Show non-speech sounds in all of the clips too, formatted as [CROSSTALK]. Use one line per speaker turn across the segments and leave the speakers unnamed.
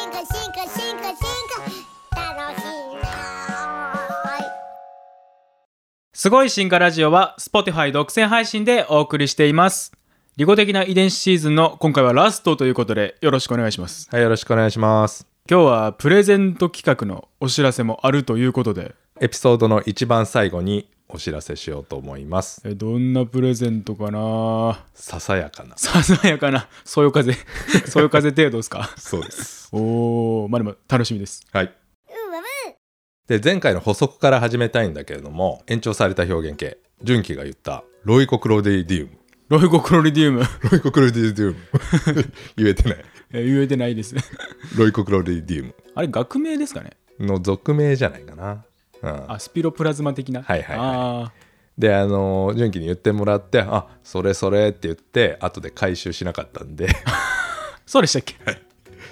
化進化進化楽しいな
すごい進化ラジオは Spotify 独占配信でお送りしています。利己的な遺伝子シーズンの今回はラストということでよろしくお願いします。
はい、よろしくお願いします。
今日はプレゼント企画のお知らせもあるということで、
エピソードの一番最後にお知らせしようと思います。
えどんなプレゼントかな
ささやかな。
ささやかな、そよ風、 [LAUGHS] そよ風程度ですか
そうです。
おおまあでも楽しみです。
[LAUGHS] はい。
うわ
で、前回の補足から始めたいんだけれども、延長された表現形、純喜が言った、ロイコクロディディウム。
ロイコクロリディウム、
ロイコクロディディウム。 [LAUGHS] 言えてない。
え言えてないです。
ロイコクロディディウ
あれ、学名ですかね
ムの俗名じゃないかな。うん、
あ、スピロプラズマ的な。
はいはいはい
あ
であの純喜に言ってもらって「あそれそれ」って言って後で回収しなかったん [LAUGHS] で
ーそうでしたっけ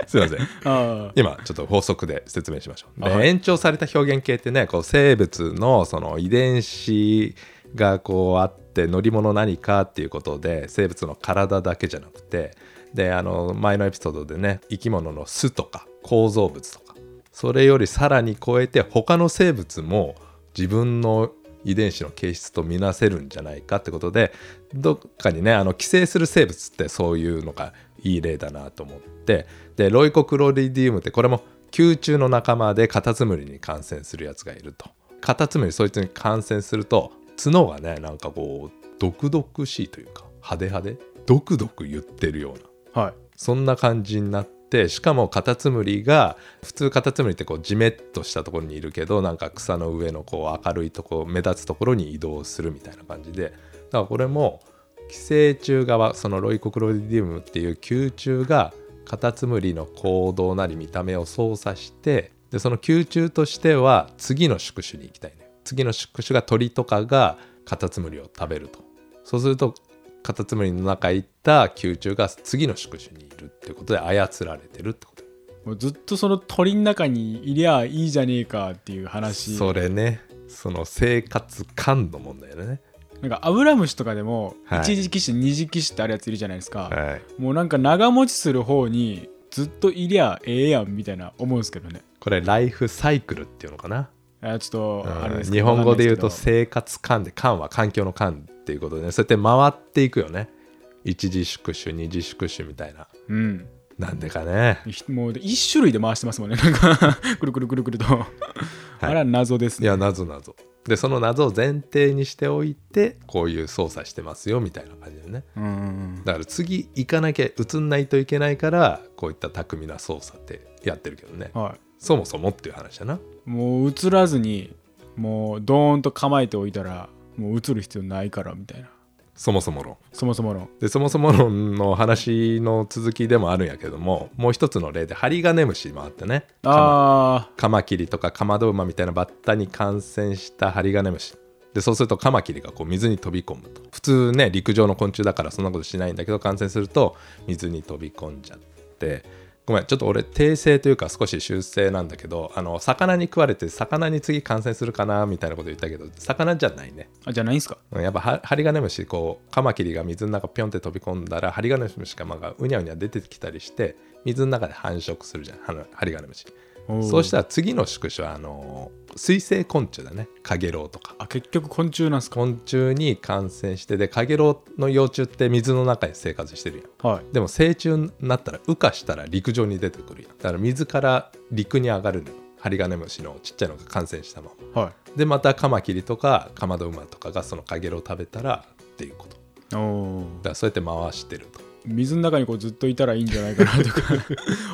すいません
あー
今ちょっと法則で説明しましょう。で
はい
延長された表現形ってねこう生物のその遺伝子がこうあって乗り物何かっていうことで生物の体だけじゃなくてであの前のエピソードでね生き物の巣とか構造物とかそれよりさらに超えて他の生物も自分の遺伝子の形質と見なせるんじゃないかってことでどっかにねあの寄生する生物ってそういうのがいい例だなと思ってでロイコクロリディウムってこれも球虫の仲間でカタツムリに感染するやつがいるとカタツムリそいつに感染すると角がねなんかこう毒々しいというか派手派手ドクドク言ってるような
はい。
そんな感じになってしかもカタツムリが普通カタツムリってこうジメッとしたところにいるけどなんか草の上のこう明るいとこ目立つところに移動するみたいな感じでだからこれも寄生虫側そのロイコクロディディウムっていう球虫がカタツムリの行動なり見た目を操作してでその球虫としては次の宿主に行きたいね次の宿主が鳥とかがカタツムリを食べるとそうするとカタツムリの中行った球虫が次の宿主にいるってことで操られてるってこと
もうずっとその鳥の中にいりゃいいじゃねえかっていう話
それねその生活感の問題だね
なんかアブラムシとかでも
はい
一時期種二次期種ってあるやついるじゃないですか、
はい
もうなんか長持ちする方にずっといりゃええやんみたいな思うんですけどね
これライフサイクルっていうのかな
あちょっとあれですけ
日
ど
本語で言う
わ
と
かんない
生活感で感は環境の感っていうことでねそうやって回っていくよね一次宿主二次宿主みたい
で
な
すけどうん
なんでかね
ひもう一種類で回してますもんねなんか [LAUGHS] くるくるくるくると、あれは謎です
い
ね
や謎謎でその謎を前提にしておいてこういう操作してますよみたいな感じでね
うんうんうん
だから次行かなきゃ移んないといけないからこういった巧みな操作ってやってるけどね
は
そもそもっていう話だない
もう映らずにもうドーンと構えておいたらもう映る必要ないからみたいな
そもそも論
そもそも論
でそもそも論の話の続きでもあるんやけどももう一つの例でハリガネムシもあってねカマ
あ
カマキリとかカマドウマみたいなバッタに感染したハリガネムシでそうするとカマキリがこう水に飛び込むと普通ね陸上の昆虫だからそんなことしないんだけど感染すると水に飛び込んじゃってごめんちょっと俺訂正というか少し修正なんだけどあの魚に食われて魚に次感染するかなみたいなこと言ったけど魚じゃないね
ーあじゃないんすか
うんやっぱハハリガネムシこうカマキリが水の中ピョンって飛び込んだらハリガネムシがまあうにゃうにゃ出てきたりして水の中で繁殖するじゃんハのハリガネムシそうした
ら
ら次の宿主はあのー水生昆虫だねカゲロウとか
あ結局昆虫なんすか
昆虫に感染してでカゲロウの幼虫って水の中に生活してるやん
はい
でも成虫になったら羽化したら陸上に出てくるやんだから水から陸に上がるのよハリガネムシのちっちゃいのが感染したまま
は
でまたカマキリとかカマドウマとかがそのカゲロウを食べたらっていうこと
いおお
だからそうやって回してると
水の中にこうずっといたらいいんじゃないかな [LAUGHS] とか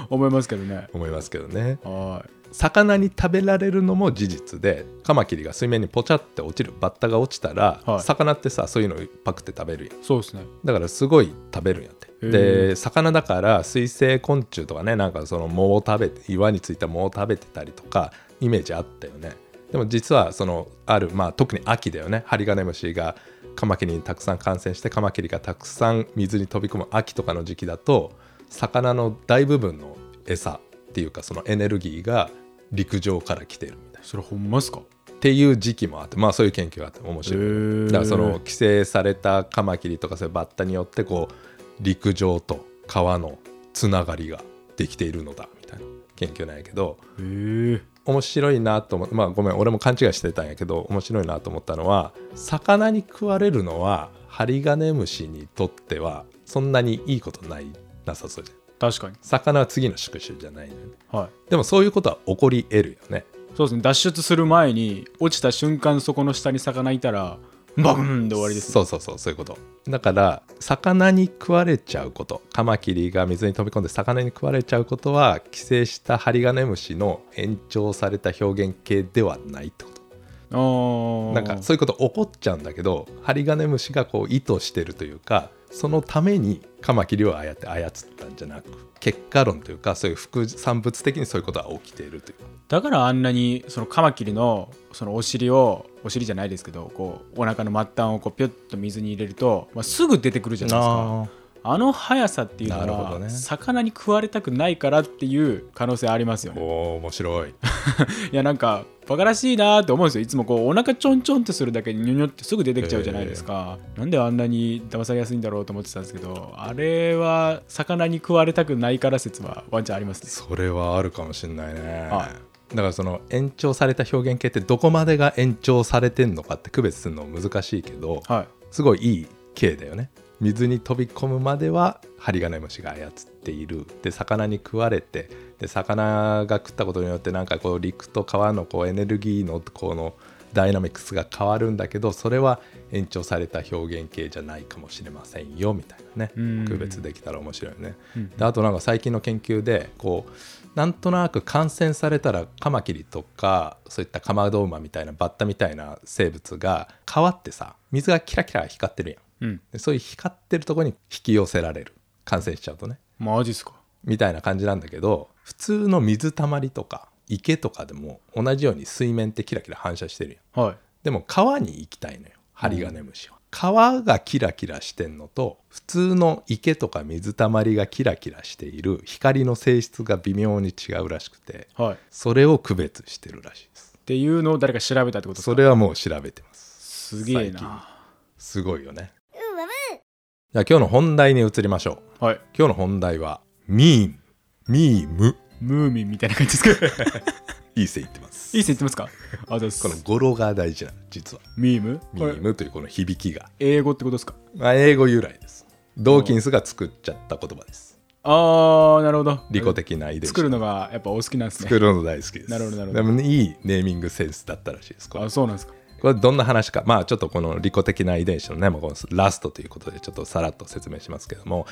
思いますけどね。
思いますけどね
は
魚に食べられるのも事実でカマキリが水面にポチャって落ちるバッタが落ちたら、
はい
魚ってさそういうのパクって食べるやん
い、そうですね。
だからすごい食べるんやって
へ
で魚だから水生昆虫とかねなんかその藻を食べて岩についた藻を食べてたりとかイメージあったよねでも実はそのあるまあ特に秋だよねハリガネムシがカマキリにたくさん感染してカマキリがたくさん水に飛び込む秋とかの時期だと魚の大部分の餌っていうかそのエネルギーが陸上から来てるみたいな
それほんまっすか
っていう時期もあってまあそういう研究があって面白い
へー
だからその寄生されたカマキリとかそういうバッタによってこう陸上と川のつながりができているのだみたいな研究なんやけど
へえ
面白いなと思まあごめん俺も勘違いしてたんやけど面白いなと思ったのは魚に食われるのはハリガネムシにとってはそんなにいいことないなさそうじゃん
確かに
魚は次の宿主じゃないのよね
はい
でもそういうことは起こり得るよね
そうですね脱出する前に落ちた瞬間そこの下に魚いたらバブンで終わりですね
そうそうそうそういうことだから魚に食われちゃうことカマキリが水に飛び込んで魚に食われちゃうことは寄生したハリガネムシの延長された表現系ではないってこと
あー
なんかそういうこと起こっちゃうんだけどハリガネムシがこう意図してるというかそのためにカマキリをああやって操ったんじゃなく結果論というかそういう副産物的にそういうことは起きているというか
だからあんなにそのカマキリのそのお尻をお尻じゃないですけどこうお腹の末端をこうピュッと水に入れると、まあ、すぐ出てくるじゃないですかあの速さっていうの
なるほ
は、
どね
魚に食われたくないからっていう可能性ありますよね
おー面白い
いやなんかバカらしいなーって思うんですよいつもこうお腹ちょんちょんってするだけにニョニョってすぐ出てきちゃうじゃないですか、なんであんなに騙されやすいんだろうと思ってたんですけどあれは魚に食われたくないから説はワンチャンありますね
それはあるかもしれないね、
は
だからその延長された表現系ってどこまでが延長されてんのかって区別するの難しいけど、
はい
すごいいい系だよね水に飛び込むまではハリガネムシが操っているで魚に食われてで魚が食ったことによってなんかこう陸と川のこうエネルギーのこのダイナミクスが変わるんだけどそれは延長された表現系じゃないかもしれませんよみたいなね
うん
区別できたら面白いよね。
うん
であとなんか最近の研究でこうなんとなく感染されたらカマキリとかそういったカマドウマみたいなバッタみたいな生物が川ってさ水がキラキラ光ってるやん
うん
でそういう光ってるとこに引き寄せられる感染しちゃうとね
マジっすか
みたいな感じなんだけど普通の水たまりとか池とかでも同じように水面ってキラキラ反射してるやん
はい
でも川に行きたいのよハリガネムシは、川がキラキラしてんのと普通の池とか水たまりがキラキラしている光の性質が微妙に違うらしくて
はいっ
それを区別してるらしいです
ていうのを誰か調べたってことですか
それはもう調べてます
すげえ
最近
な
すごいよね
うわう
じゃあ今日の本題に移りましょう
はい
今日の本題はミーンミーム
ムーミンみたいな感じですか
[LAUGHS]
い
いい線いってます
い線言ってますかありがとうござ
こ
いま
の
す
語呂が大事なの実は
ミーム
ミ
これ
ームというこの響きが、
英語ってことですか
まあ、英語由来ですドーキンスが作っちゃった言葉です
ああなるほど
利己的な遺伝子
作るのがやっぱお好きなんですね
作るの大好きです
なるほどなるほ
で
ど
もねいいネーミングセンスだったらしいですこれ
あそうなんですか
これどんな話かまあちょっとこの利己的な遺伝子のねもうこのラストということでちょっとさらっと説明しますけども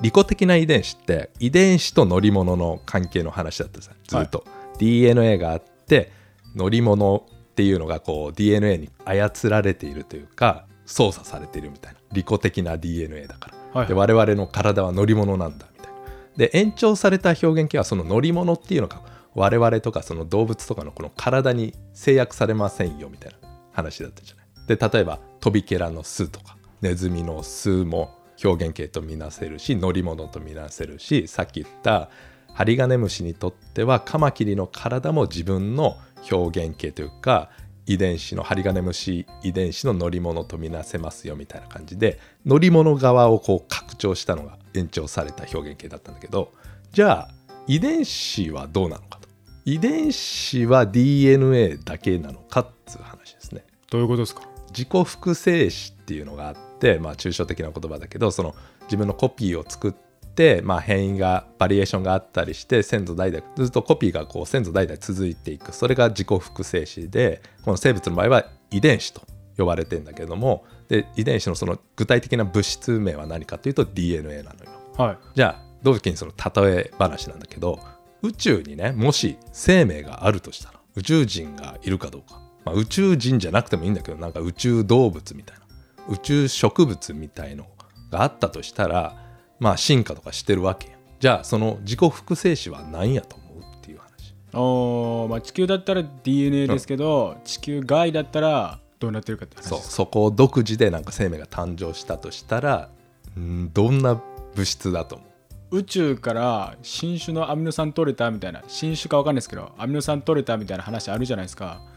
利己的な遺伝子って遺伝子と乗り物の関係の話だったんですよずっと、DNA があって乗り物っていうのがこう DNA に操られているというか操作されているみたいな利己的な DNA だから、
はい
で我々の体は乗り物なんだみたいなで延長された表現系はその乗り物っていうのが我々とかその動物とかのこの体に制約されませんよみたいな話だったじゃない。で例えばトビケラの巣とかネズミの巣も表現系とみなせるし乗り物とみなせるしさっき言ったハリガネムシにとってはカマキリの体も自分の表現系というか遺伝子のハリガネムシ遺伝子の乗り物とみなせますよみたいな感じで乗り物側をこう拡張したのが延長された表現系だったんだけどじゃあ遺伝子はどうなのかと遺伝子は DNA だけなのかっつう話ですね
どういうことですか
自己複製子っていうのがあってまあ抽象的な言葉だけどその自分のコピーを作って、まあ、変異がバリエーションがあったりして先祖代々ずっとコピーがこう先祖代々続いていくそれが自己複製子でこの生物の場合は遺伝子と呼ばれてんだけどもで遺伝子のその具体的な物質名は何かというと DNA なのよ。
はい
じゃあドーキンスの例え話なんだけど宇宙にねもし生命があるとしたら宇宙人がいるかどうか、まあ、宇宙人じゃなくてもいいんだけどなんか宇宙動物みたいな宇宙植物みたいのがあったとしたらまあ進化とかしてるわけやんじゃあその自己複製子は何やと思うっていう話
おーまあ、地球だったら DNA ですけど、地球外だったらどうなってるかって話
そう
です
そこを独自でなんか生命が誕生したとしたらうんどんな物質だと思う
宇宙から新種のアミノ酸取れたみたいな新種かわかんないですけどアミノ酸取れたみたいな話あるじゃないですかだか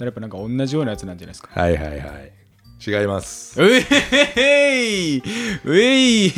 らやっぱなんか同じようなやつなんじゃないですか
はいはいはい違います
うえへへいうえい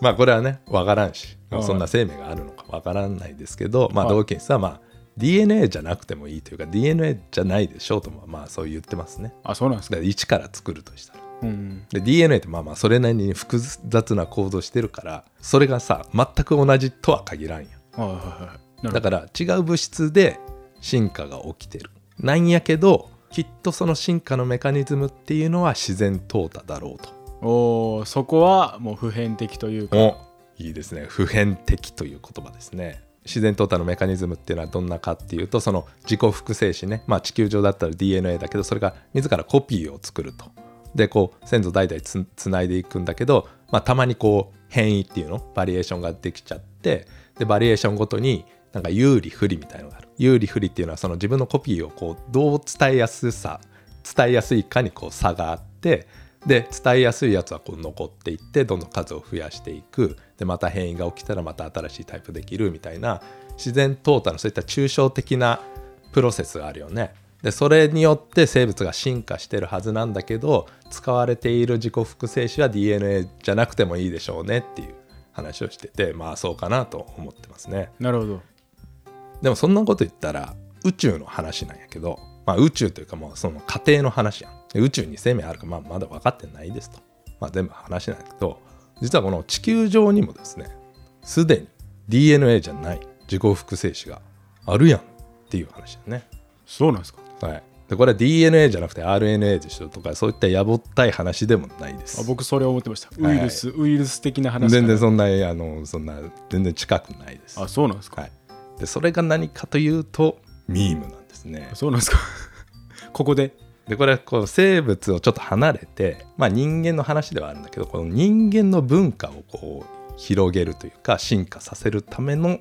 まあこれはね分からんし
うん
そんな生命があるのか分からないですけど、まあ、
はい
ドーキンスはまあ DNA じゃなくてもいいというか DNA じゃないでしょうともまあそう言ってますね
あそうなんです
だ
か
から一から作るとしたら
うん
で DNA ってまあまあそれなりに複雑な構造してるからそれがさ全く同じとは限らんや
はいはいはいなるほど
だから違う物質で進化が起きてるなんやけどきっとその進化のメカニズムっていうのは自然淘汰だろうと
おーそこはもう普遍的というか
おいいですね普遍的という言葉ですね自然淘汰のメカニズムっていうのはどんなかっていうとその自己複製子ね、まあ、地球上だったら DNA だけどそれが自らコピーを作るとでこう先祖代々つつないでいくんだけど、まあ、たまにこう変異っていうのバリエーションができちゃってでバリエーションごとになんか有利不利みたいのがある有利不利っていうのはその自分のコピーをこうどう伝えやすさ伝えやすいかにこう差があってで伝えやすいやつはこう残っていってどんどん数を増やしていくでまた変異が起きたらまた新しいタイプできるみたいな自然淘汰のそういった抽象的なプロセスがあるよね。でそれによって生物が進化してるはずなんだけど使われている自己複製子は DNA じゃなくてもいいでしょうねっていう話をしててまあそうかなと思ってますね。
なるほど
でもそんなこと言ったら宇宙の話なんやけど、まあ、宇宙というかもうその家庭の話やんで宇宙に生命あるか、まあ、まだ分かってないですと、まあ、全部話なんやけど実はこの地球上にもですねすでに DNA じゃない自己複製子があるやんっていう話だね。
そうなんですか
はい、でこれは DNA じゃなくて RNA でしょとかそういったやぼったい話でもないです
あ。僕それ思ってました
は
ウ
い
イルス、ウイルス的な話かな
全然そんなあのそんな全然近くないです。
あそうなんですか、
はい、でそれが何かというとミームなんですね。
そうなんですか [LAUGHS] ここで
でこれはこう生物をちょっと離れて、まあ、人間の話ではあるんだけどこの人間の文化をこう広げるというか進化させるための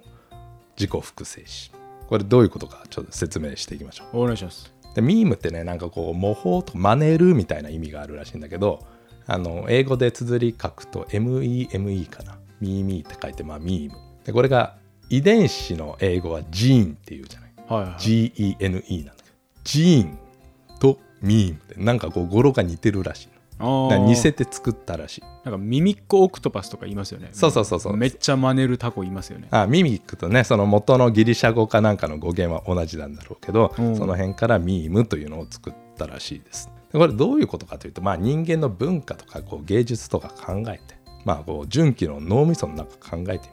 自己複製子これどういうことかちょっと説明していきましょ
お願いします
うでミームってねなんかこう模倣と真似るみたいな意味があるらしいんだけどあの英語で綴り書くと MEME かなミーミーって書いてまあミームでこれが遺伝子の英語はジーンっていうじゃない
はいはい、はい、
GENE なんだけどジーンとミームってなんかこう語呂が似てるらしい
あ
の
ー
だから似せて作ったらしい
なんかミミックオクトパスとか言いますよね
そうそうそうそう
めっちゃ真似るタコいますよね
あミミックとねその元のギリシャ語かなんかの語源は同じなんだろうけど、
うん
その辺からミームというのを作ったらしいですでこれどういうことかというと、まあ、人間の文化とかこう芸術とか考えて、まあ、こう純気の脳みその中考えて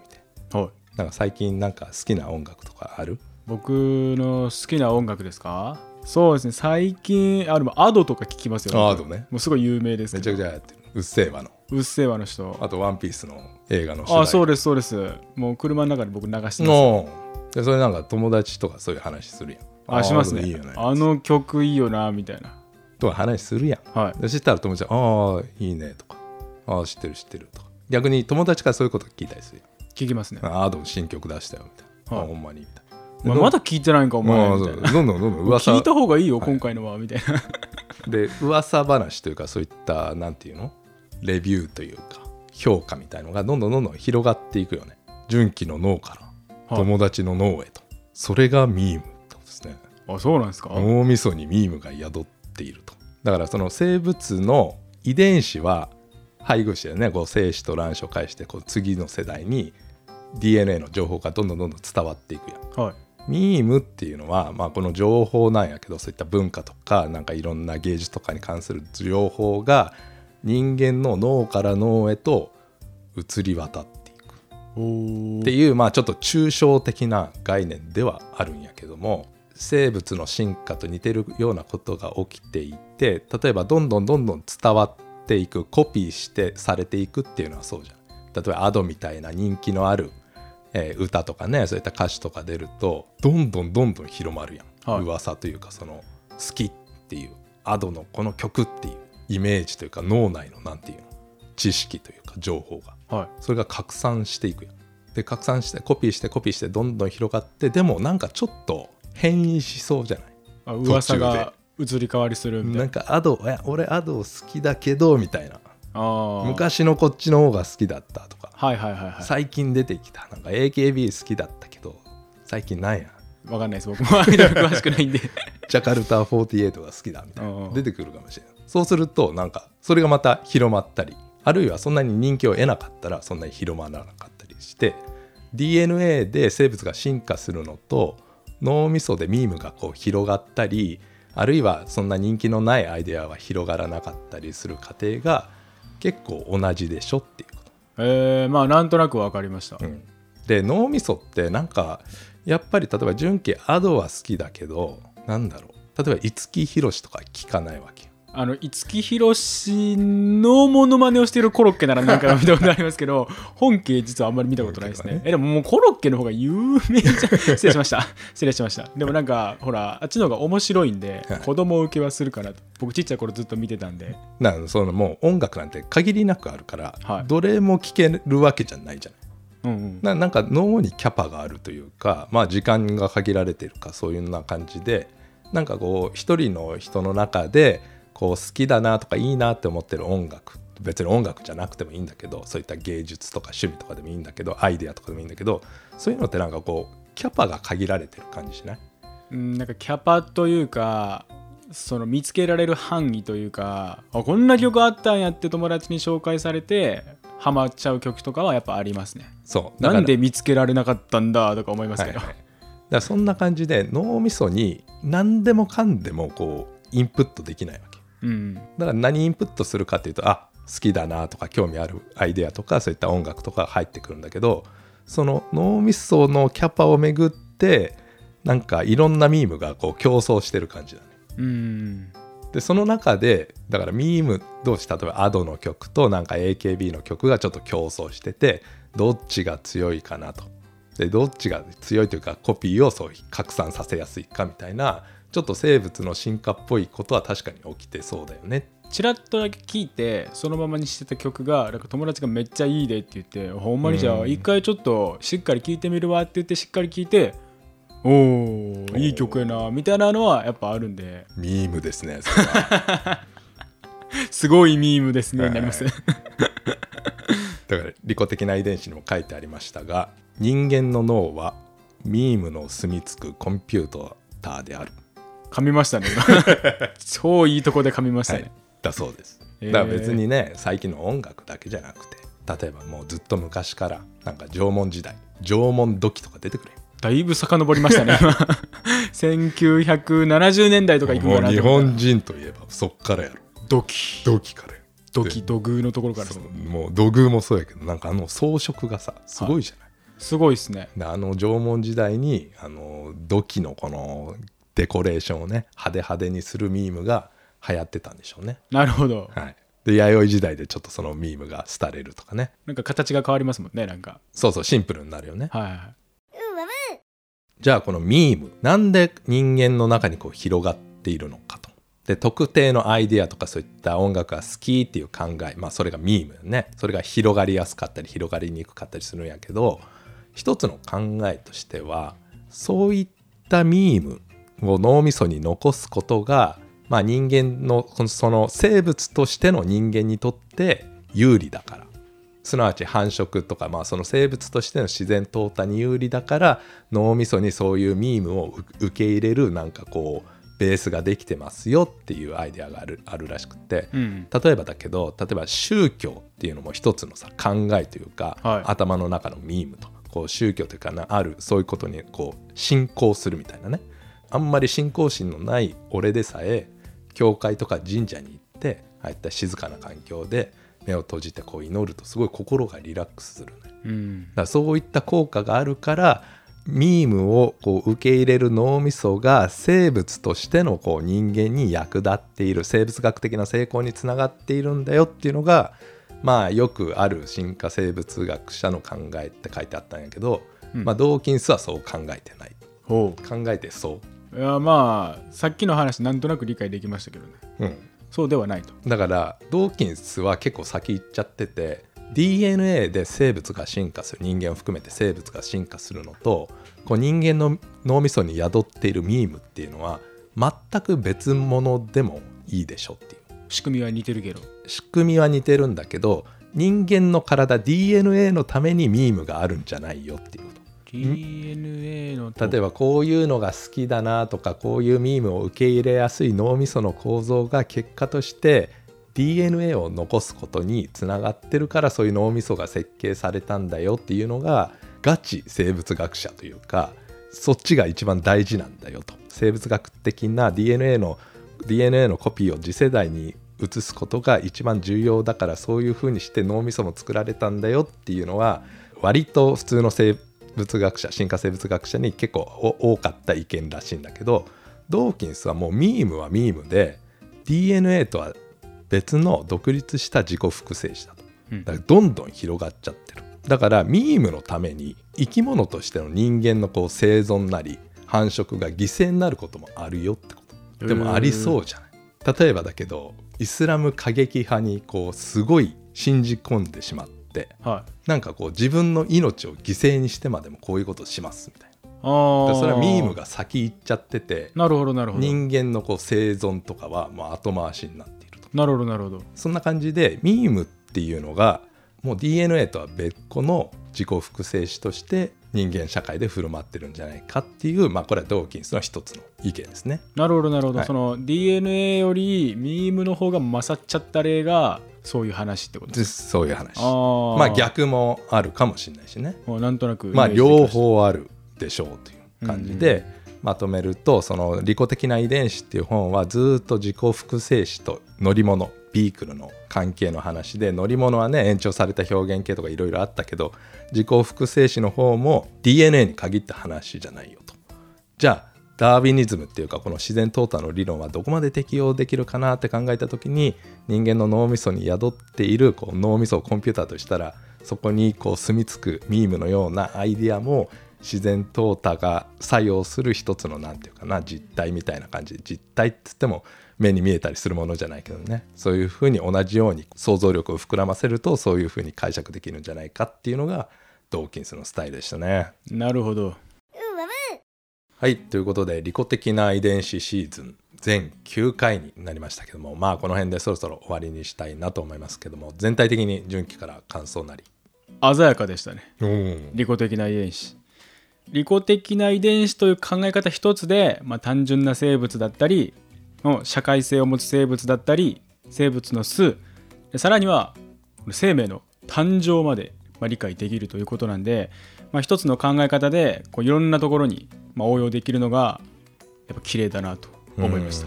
みて
はい
なんか最近なんか好きな音楽とかある
僕の好きな音楽ですかそうですね最近あでもアドとか聞きますよね
あ Ado ね
もうすごい有名ですけど
めちゃくちゃやってるうっせぇわの
うっせぇわの人
あと「ワンピースの映画の主題
あ
歌
そうですそうですもう車の中で僕流してます
のでそれなんか友達とかそういう話するやん
あしますね
いいよね
あの曲いいよなみたいな
とか話するやん
はい
でそしたら友達が「ああいいね」とか「ああ知ってる知ってる」とか逆に友達からそういうこと聞いたりする
聞きますね
やん「ああどうも新曲出したよ」みたいな「
はい
あほんまに」みたいな
お前まだ聞いてないんかお前
もう
みたいな
どんどんどんどん噂
聞いた方がいいよ
はい
今回のはみたいな
で噂話というかそういったなんていうのレビューというか評価みたいのがどんどんどんどん広がっていくよね純喜の脳から
はい
友達の脳へと、それがミームなんですね
[LAUGHS] あそうなんですか
脳みそにミームが宿っているとだからその生物の遺伝子は配偶者でねこう精子と卵子を介してこう次の世代に DNA の情報がどんどんどんどん伝わっていくやん
はい
ミームっていうのは、まあ、この情報なんやけどそういった文化とかなんかいろんな芸術とかに関する情報が人間の脳から脳へと移り渡っていく
おー
っていう、まあ、ちょっと抽象的な概念ではあるんやけども生物の進化と似てるようなことが起きていて例えばどんどんどんどん伝わっていくコピーしてされていくっていうのはそうじゃん。例えばアドみたいな人気のある、えー歌とかねそういった歌詞とか出るとどんどんどんどん広まるやん、
はい
噂というかその好きっていうアドのこの曲っていうイメージというか脳内のなんていうの知識というか情報が
はい
それが拡散していくやんで拡散してコピーしてコピーしてどんどん広がってでもなんかちょっと変異しそうじゃない
あ噂が移り変わりするみた
ないん
な
かアドいや俺アド好きだけどみたいな
あー
昔のこっちの方が好きだったとか
はいはいはいは
最近出てきたなんか AKB 好きだったけど最近なんや
いわかんないです僕もア [LAUGHS] イドル詳しくないん [LAUGHS] で
ジャカルタ48が好きだみたい
うんう
なん出てくるかもしれないそうするとなんかそれがまた広まったりあるいはそんなに人気を得なかったらそんなに広まらなかったりして DNA で生物が進化するのと脳みそでミームがこう広がったりあるいはそんな人気のないアイデアは広がらなかったりする過程が結構同じでしょっていうこと。
えー、まあなんとなく分かりました、
うんで脳みそってなんかやっぱり例えば純喜アドは好きだけどなんだろう例えば五木ひろしとか聞かないわけよ。
あの五木ひろしのモノマネをしているコロッケならなんか見たことありますけ
[LAUGHS]
ど本家実はあんまり見たことないですね
本家とか
えでももうコロッケの方が有名じゃん [LAUGHS] 失礼しました失礼しましたでもなんかほらあっちの方が面白いんで
はい
子供受けはするから僕ちっちゃい頃ずっと見てたんで
なんかそのもう音楽なんて限りなくあるから、
はい
どれも聴けるわけじゃないじゃない。
うんうん
ななんか脳にキャパがあるというか、まあ、時間が限られてるかそういうような感じでなんかこう一人の人の中でこう好きだなとかいいなって思ってる音楽別に音楽じゃなくてもいいんだけどそういった芸術とか趣味とかでもいいんだけどアイデアとかでもいいんだけどそういうのってなんかこうキャパが限られてる感じしない
うんなんかキャパというかその見つけられる範囲というかあこんな曲あったんやって友達に紹介されてハマっちゃう曲とかはやっぱありますね
そうだ
な
から
んで見つけられなかったんだとか思います
はい
けど、
はいだからそんな感じで脳みそに何でもかんでもこうインプットできないわけ。
うん
だから何インプットするかっていうとあ好きだなとか興味あるアイデアとかそういった音楽とか入ってくるんだけどその脳みそのキャパをめぐってなんかいろんなミームがこう競争してる感じだね。
うん
でその中でだからミーム同士例えば Ado の曲となんか AKB の曲がちょっと競争しててどっちが強いかなとでどっちが強いというかコピーをそう拡散させやすいかみたいなちょっと生物の進化っぽいことは確かに起きてそうだよね
チラッとだけ聞いてそのままにしてた曲がなんか友達がめっちゃいいでって言ってほんまにじゃ
う
あ
ん
一回ちょっとしっかり聞いてみるわって言ってしっかり聞いておーいい曲やなみたいなのはやっぱあるんで
ミームですね。それは
すごいミームですね
はい
なります
[LAUGHS] だから利己的な遺伝子にも書いてありましたが人間の脳はミームの住み着くコンピューターである、
噛みましたね [LAUGHS] 今超いいとこで噛みました
は
ね、
い、だそうです。
へー
だから別にね最近の音楽だけじゃなくて例えばもうずっと昔からなんか縄文時代縄文土器とか出てくれ
だいぶ遡りましたね今 [LAUGHS] 1970年代とか行くん
も
か
う
な
日
と思った
本人といえばそっからやろ
ドキ
土器からやろ
ドキ土偶のところからです
そう
ね
もう土偶もそうやけどなんかあの装飾がさすごいじゃない。
すごいですね
であの縄文時代にあの土器のこのデコレーションをね派手派手にするミームが流行ってたんでしょうね。
なるほど
はい、で弥生時代でちょっとそのミームが廃れるとかね
なんか形が変わりますもんねなんか
そうそうシンプルになるよね。
はいはい
うんうん
じゃあこのミームなんで人間の中にこう広がっているのかと。で特定のアイデアとかそういった音楽が好きっていう考えまあそれがミームねそれが広がりやすかったり広がりにくかったりするんやけど一つの考えとしてはそういったミームを脳みそに残すことが、まあ、人間のこのその生物としての人間にとって有利だからすなわち繁殖とか、まあ、その生物としての自然淘汰に有利だから脳みそにそういうミームを受受け入れるなんかこうベースができてますよっていうアイデアがあるあるらしくて、
うん
例えばだけど例えば宗教っていうのも一つのさ考えというか、
はい
頭の中のミームとこう宗教というかなあるそういうことにこう信仰するみたいなねあんまり信仰心のない俺でさえ教会とか神社に行ってああいった静かな環境で目を閉じてこう祈るとすごい心がリラックスするのよ
うん
だからそういった効果があるからミームをこう受け入れる脳みそが生物としてのこう人間に役立っている生物学的な成功につながっているんだよっていうのがまあよくある進化生物学者の考えって書いてあったんやけど、
うん
まあ、ドーキンスはそう考えてない
ほ
考えてそう
いやまあさっきの話なんとなく理解できましたけどね
うん、
そうではないと
だからドーキンスは結構先行っちゃってて DNA で生物が進化する人間を含めて生物が進化するのとこう人間の脳みそに宿っているミームっていうのは全く別物でもいいでしょっていう
仕組みは似てるけど
仕組みは似てるんだけど人間の体 DNA のためにミームがあるんじゃないよっていうこと
DNA の
例え
ば
ばこういうのが好きだなとかこういうミームを受け入れやすい脳みその構造が結果として DNA を残すことにつながってるからそういう脳みそが設計されたんだよっていうのがガチ生物学者というかそっちが一番大事なんだよと生物学的な DNA の DNA のコピーを次世代に移すことが一番重要だからそういうふうにして脳みそも作られたんだよっていうのは割と普通の生物学者進化生物学者に結構お多かった意見らしいんだけどドーキンスはもうミームはミームで DNA とは別の独立した自己複製子だと
うん
だからどんどん広がっちゃってるだからミームのために生き物としての人間のこう生存なり繁殖が犠牲になることもあるよってことでもありそうじゃない例えばだけどイスラム過激派にこうすごい信じ込んでしまって
はい
なんかこう自分の命を犠牲にしてまでもこういうことをしますみたいな
あー
だからそれはミームが先行っちゃってて
なるほどなるほど
人間のこう生存とかはもう後回しになっていると
なるほどなるほど
そんな感じでミームっていうのがもう DNA とは別個の自己複製子として人間社会で振る舞ってるんじゃないかっていうまあこれはドーキンスの一つの意見ですね。
なるほどなるほど、
はい
その DNA よりミームの方が勝っちゃった例がそういう話ってこと
でそういう話。
ああ
まあ逆もあるかもしれないしね。
もうなんとなくイメ
まあ
ージでき
両
した
方あるでしょうという感じでまとめるとその「利己的な遺伝子」っていう本はずっと自己複製子と乗り物ビークルの関係の話で乗り物はね延長された表現系とかいろいろあったけど自己複製子の方も DNA に限った話じゃないよと。じゃあダーウィニズムっていうかこの自然淘汰の理論はどこまで適用できるかなって考えた時に人間の脳みそに宿っているこう脳みそをコンピューターとしたらそこにこう住み着くミームのようなアイディアも自然淘汰が作用する一つのなんていうかな実態みたいな感じで実態って言っても目に見えたりするものじゃないけどねそういうふうに同じように想像力を膨らませるとそういうふうに解釈できるんじゃないかっていうのがドーキンスのスタイルでしたね。
なるほど
うわわ
はいということで「利己的な遺伝子」シーズン全9回になりましたけどもまあこの辺でそろそろ終わりにしたいなと思いますけども全体的に順期から感想なり
鮮やかでしたね
うん
利己的な遺伝子利己的な遺伝子という考え方一つで、まあ、単純な生物だったりの社会性を持つ生物だったり生物の巣さらには生命の誕生まで、まあ、理解できるということなんで、まあ、一つの考え方でこういろんなところに、まあ、応用できるのがやっぱ綺麗だなと思いました。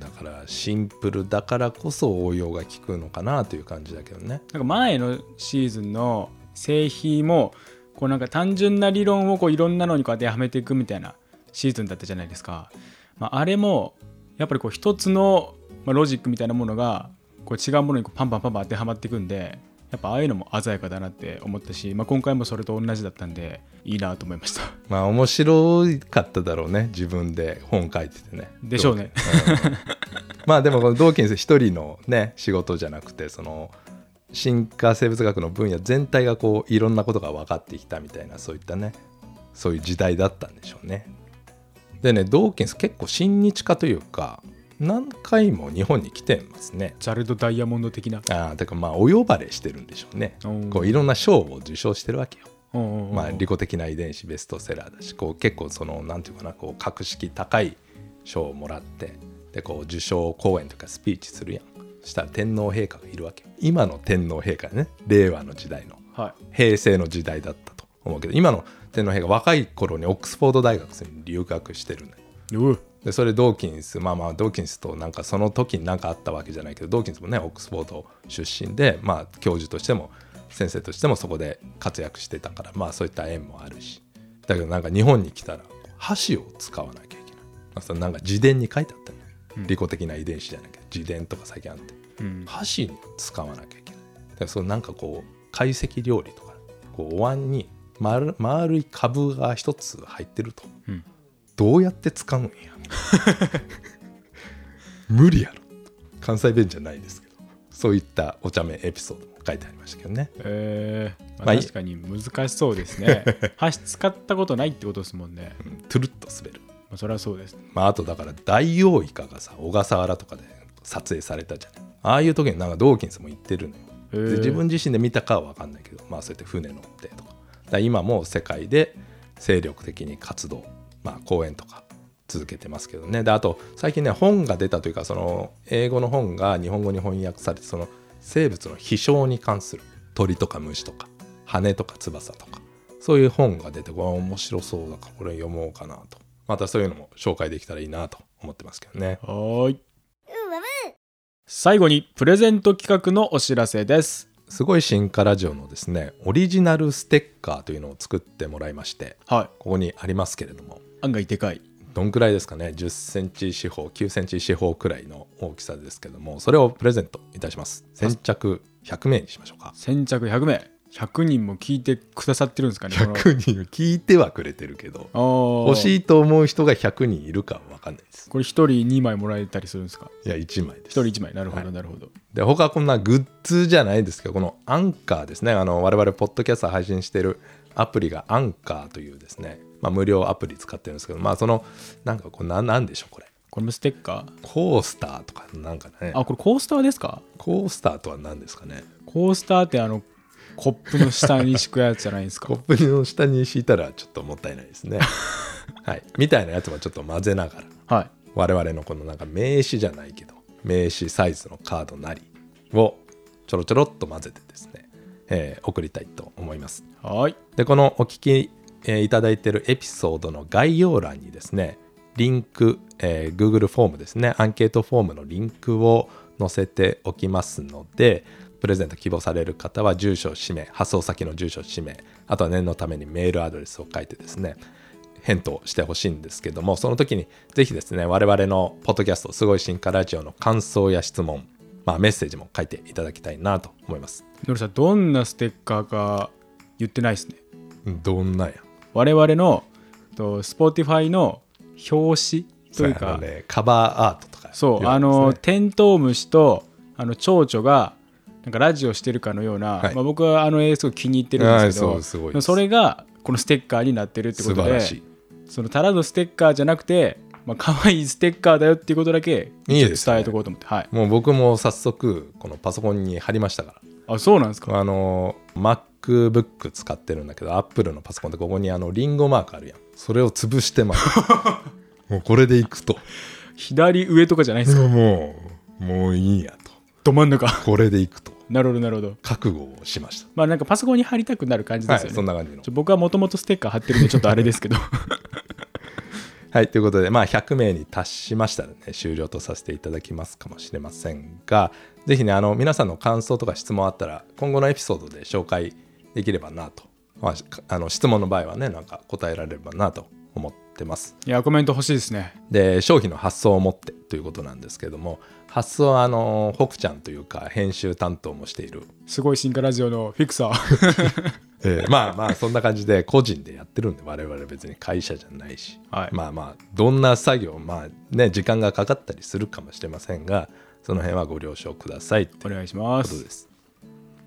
だからシンプルだからこそ応用が効くのかなという感じだけどね
なんか前のシーズンの製品もこうなんか単純な理論をこういろんなのにこう当てはめていくみたいなシーズンだったじゃないですか、まあ、あれもやっぱりこう一つのまあロジックみたいなものがこう違うものにこうパンパンパンパン当てはまっていくんでやっぱああいうのも鮮やかだなって思ったし、まあ、今回もそれと同じだったんでいいなと思いました。
まあ面白かっただろうね自分で本書いててね
でしょうね。
まあでもこのドーキンス一人のね仕事じゃなくてその進化生物学の分野全体がこういろんなことが分かってきたみたいなそういったねそういう時代だったんでしょうね。でねドーキンス結構親日家というか何回も日本に来てますね。
[LAUGHS] ジャルド・ダイヤモンド的な。
ああだからまあお呼ばれしてるんでしょうね
うん。
こういろんな賞を受賞してるわけよ。
うんうんうん
まあ、利己的な遺伝子ベストセラーだしこう結構そのなんていうかなこう格式高い賞をもらってでこう受賞講演とかスピーチするやんそしたら天皇陛下がいるわけ今の天皇陛下ね令和の時代の
は
平成の時代だったと思うけど今の天皇陛下若い頃にオックスフォード大学に留学してるんだよ
い。うう
でそれドーキンスまあまあドーキンスとなんかその時になんかあったわけじゃないけどドーキンスもねオックスフォード出身でまあ教授としても先生としてもそこで活躍してたからまあそういった縁もあるしだけどなんか日本に来たら箸を使わなきゃいけない、まあ、それなんか自伝に書いてあったのよ、利己的な遺伝子じゃなきゃ自伝とか最近あって
うん
箸に使わなきゃいけないだからそのなんかこう懐石料理とかこうお椀に丸丸いカブが一つ入ってると、
うん
どうやって使うんや [LAUGHS] 無理やろ関西弁じゃないですけどそういったお茶目エピソードも書いてありましたけどね
えー
ま
ま
あ
あ、
い
確かに難しそうです [LAUGHS] ね。箸使ったことないってことですもんね。
うんトゥルッと滑る、
まあ、それはそうです。
まあ、あとだから大王イカがさ小笠原とかで撮影されたじゃないああいう時になんかドーキンスも行ってるのよ
え
で
ー
自分自身で見たかは分かんないけど、まあ、そうやって船乗ってとかだから今も世界で精力的に活動、まあ、講演とか続けてますけどねであと最近ね本が出たというかその英語の本が日本語に翻訳されてその生物の飛翔に関する鳥とか虫とか羽とか翼とかそういう本が出てこれは面白そうだからこれ読もうかなとまたそういうのも紹介できたらいいなと思ってますけどね
はーいう
わう
最後にプレゼント企画のお知らせです
すごい進化ラジオのですねオリジナルステッカーというのを作ってもらいまして
は
ここにありますけれども
い案外でかい
どんくらいですかね10センチ四方9センチ四方くらいの大きさですけどもそれをプレゼントいたします先着100名にしましょうか [LAUGHS]
先着100名100人も聞いてくださってるんですかね
100人聞いてはくれてるけど
欲
欲しいと思う人が100人いるかは分かんないです
これ1人2枚もらえたりするんですか
いや1枚で
1
す
人1枚なるほ
は
ど
い
なるほど
で他はこんなグッズじゃないですけどこのアンカーですねあの我々ポッドキャスト配信してるアプリがアンカーというですね、まあ、無料アプリ使ってるんですけどまあそのなんかこうななんでしょうこれ
これもステッカー
コースターとかなんかね
あこれコースターですか
コースターとは何ですかね
コースターってあのコップの下に敷くやつじゃないです [LAUGHS]
コ
か
ップの下に敷いたらちょっともったいないですねはいみたいなやつもちょっと混ぜながら
はい
我々のこのなんか名刺じゃないけど名刺サイズのカードなりをちょろちょろっと混ぜてですね、えー送りたいと思います
はい
でこのお聞き、えーいただいているエピソードの概要欄にですねリンク、えー Google フォームですねアンケートフォームのリンクを載せておきますのでプレゼント希望される方は住所氏名発送先の住所氏名あとは念のためにメールアドレスを書いてですね返答してほしいんですけどもその時にぜひですね我々のポッドキャスト「すごい進化ラジオ」の感想や質問、まあ、メッセージも書いていただきたいなと思います
ノリさんどんなステッカーか言ってないですね
どんなんや
我々のと Spotify の表紙という
あの
か
ね、カバーアートとか、
そう、
言わ
あ
れますね
のテントウムシとあの蝶々がなんかラジオしてるかのような、
はい
まあ、僕はあの絵すごい気に入ってるんですけ
は
ど
いそうすごいです
それがこのステッカーになってるってこ
素
と
晴ら
で
しい
そのただのステッカーじゃなくて、まあ可愛いステッカーだよっていうことだけ
いいですね
伝えとこうと思ってはい
もう僕も早速このパソコンに貼りましたか
あそうなんですから
あの MacBook 使ってるんだけど Apple のパソコンってここにあのリンゴマークあるやんそれを潰してます
[LAUGHS]
もうこれでいくと
左上とかじゃないですか
もうもういいやと
ど真ん中 [LAUGHS]
これでいくと
なるほどなるほど
覚悟をしまし
まあなんかパソコンに貼りたくなる感じで
た、は
すよ
い、
ね、
そんな感じの
ちょ僕はもともとステッカー貼ってるんでちょっとあれですけど
[LAUGHS] はい、ということで、まあ、100名に達しましたらね、終了とさせていただきますかもしれませんが、ぜひね、あの、皆さんの感想とか質問あったら、今後のエピソードで紹介できればなと、まあし、あの質問の場合はね、なんか答えられればなと思ってます。
いやコメント欲しいですね
で、商品の発送を持ってということなんですけども、発送は、あの、北ちゃんというか、編集担当もしている、
すごい進化ラジオのフィクサー
えーまあまあ、そんな感じで、個人でやってるんで、我々別に会社じゃないし。
はい
まあまあどんな作業まあね時間がかかったりするかもしれませんがその辺はご了承くださいって
お願いしま
こと
す
です。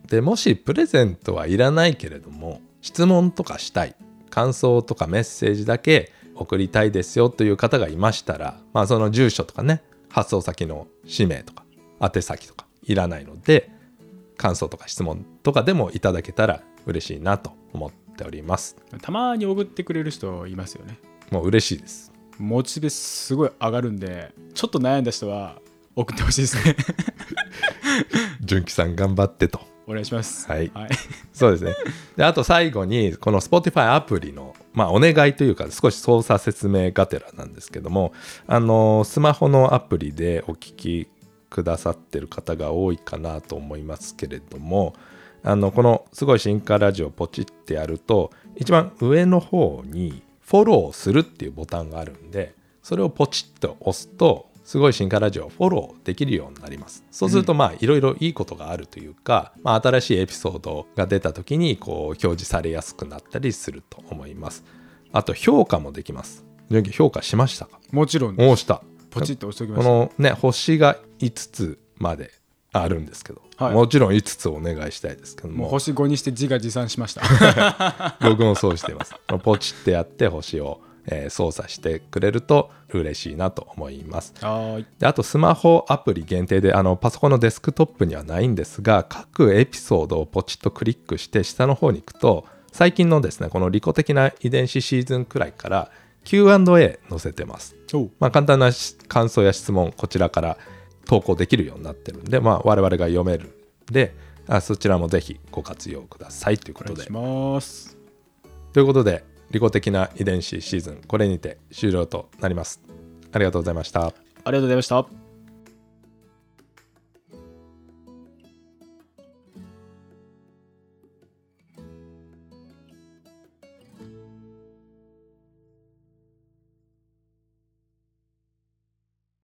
でもしプレゼントはいらないけれども質問とかしたい感想とかメッセージだけ送りたいですよという方がいましたら、まあ、その住所とかね発送先の氏名とか宛先とかいらないので感想とか質問とかでもいただけたら嬉しいなと思っております。
たまに送ってくれる人いますよね
もう嬉しいです。
モチベすごい上がるんでちょっと悩んだ人は送ってほしいですね [LAUGHS]
純喜さん頑張ってと。
お願いします
はい
はい、
[LAUGHS] そうですね。で、あと最後に、この Spotify アプリの、まあ、お願いというか、少し操作説明がてらなんですけども、あの、スマホのアプリでお聞きくださってる方が多いかなと思いますけれども、あの、この、すごい進化ラジオポチってやると、一番上の方に、フォローするっていうボタンがあるんで、それをポチッと押すと、すごい進化ラジオをフォローできるようになります。そうするとまあいろいろいいことがあるというか、まあ、新しいエピソードが出た時にこう表示されやすくなったりすると思います。あと評価もできます。純喜評価しましたか
もちろん
おおした。
ポチッと押しておきま
こ
した
のね星が5つまであるんですけど、
はい
もちろん5つお願いしたいですけど
もう
も
星5にして自画自賛しました
[LAUGHS] 僕もそうしています。 [LAUGHS] ポチってやって星を、えー操作してくれると嬉しいなと思います。
はーい
であとスマホアプリ限定であのパソコンのデスクトップにはないんですが各エピソードをポチッとクリックして下の方に行くと最近のですねこの利己的な遺伝子シーズンくらいから Q&A 載せてます。
おう
まあ、簡単なし感想や質問こちらから投稿できるようになってるんで、まあ、我々が読めるんであそちらもぜひご活用くださいというこ
お願
と
い
で
し。ます
ということで利己的な遺伝子シーズンこれにて終了となります。ありがとうございました。
ありがとうございました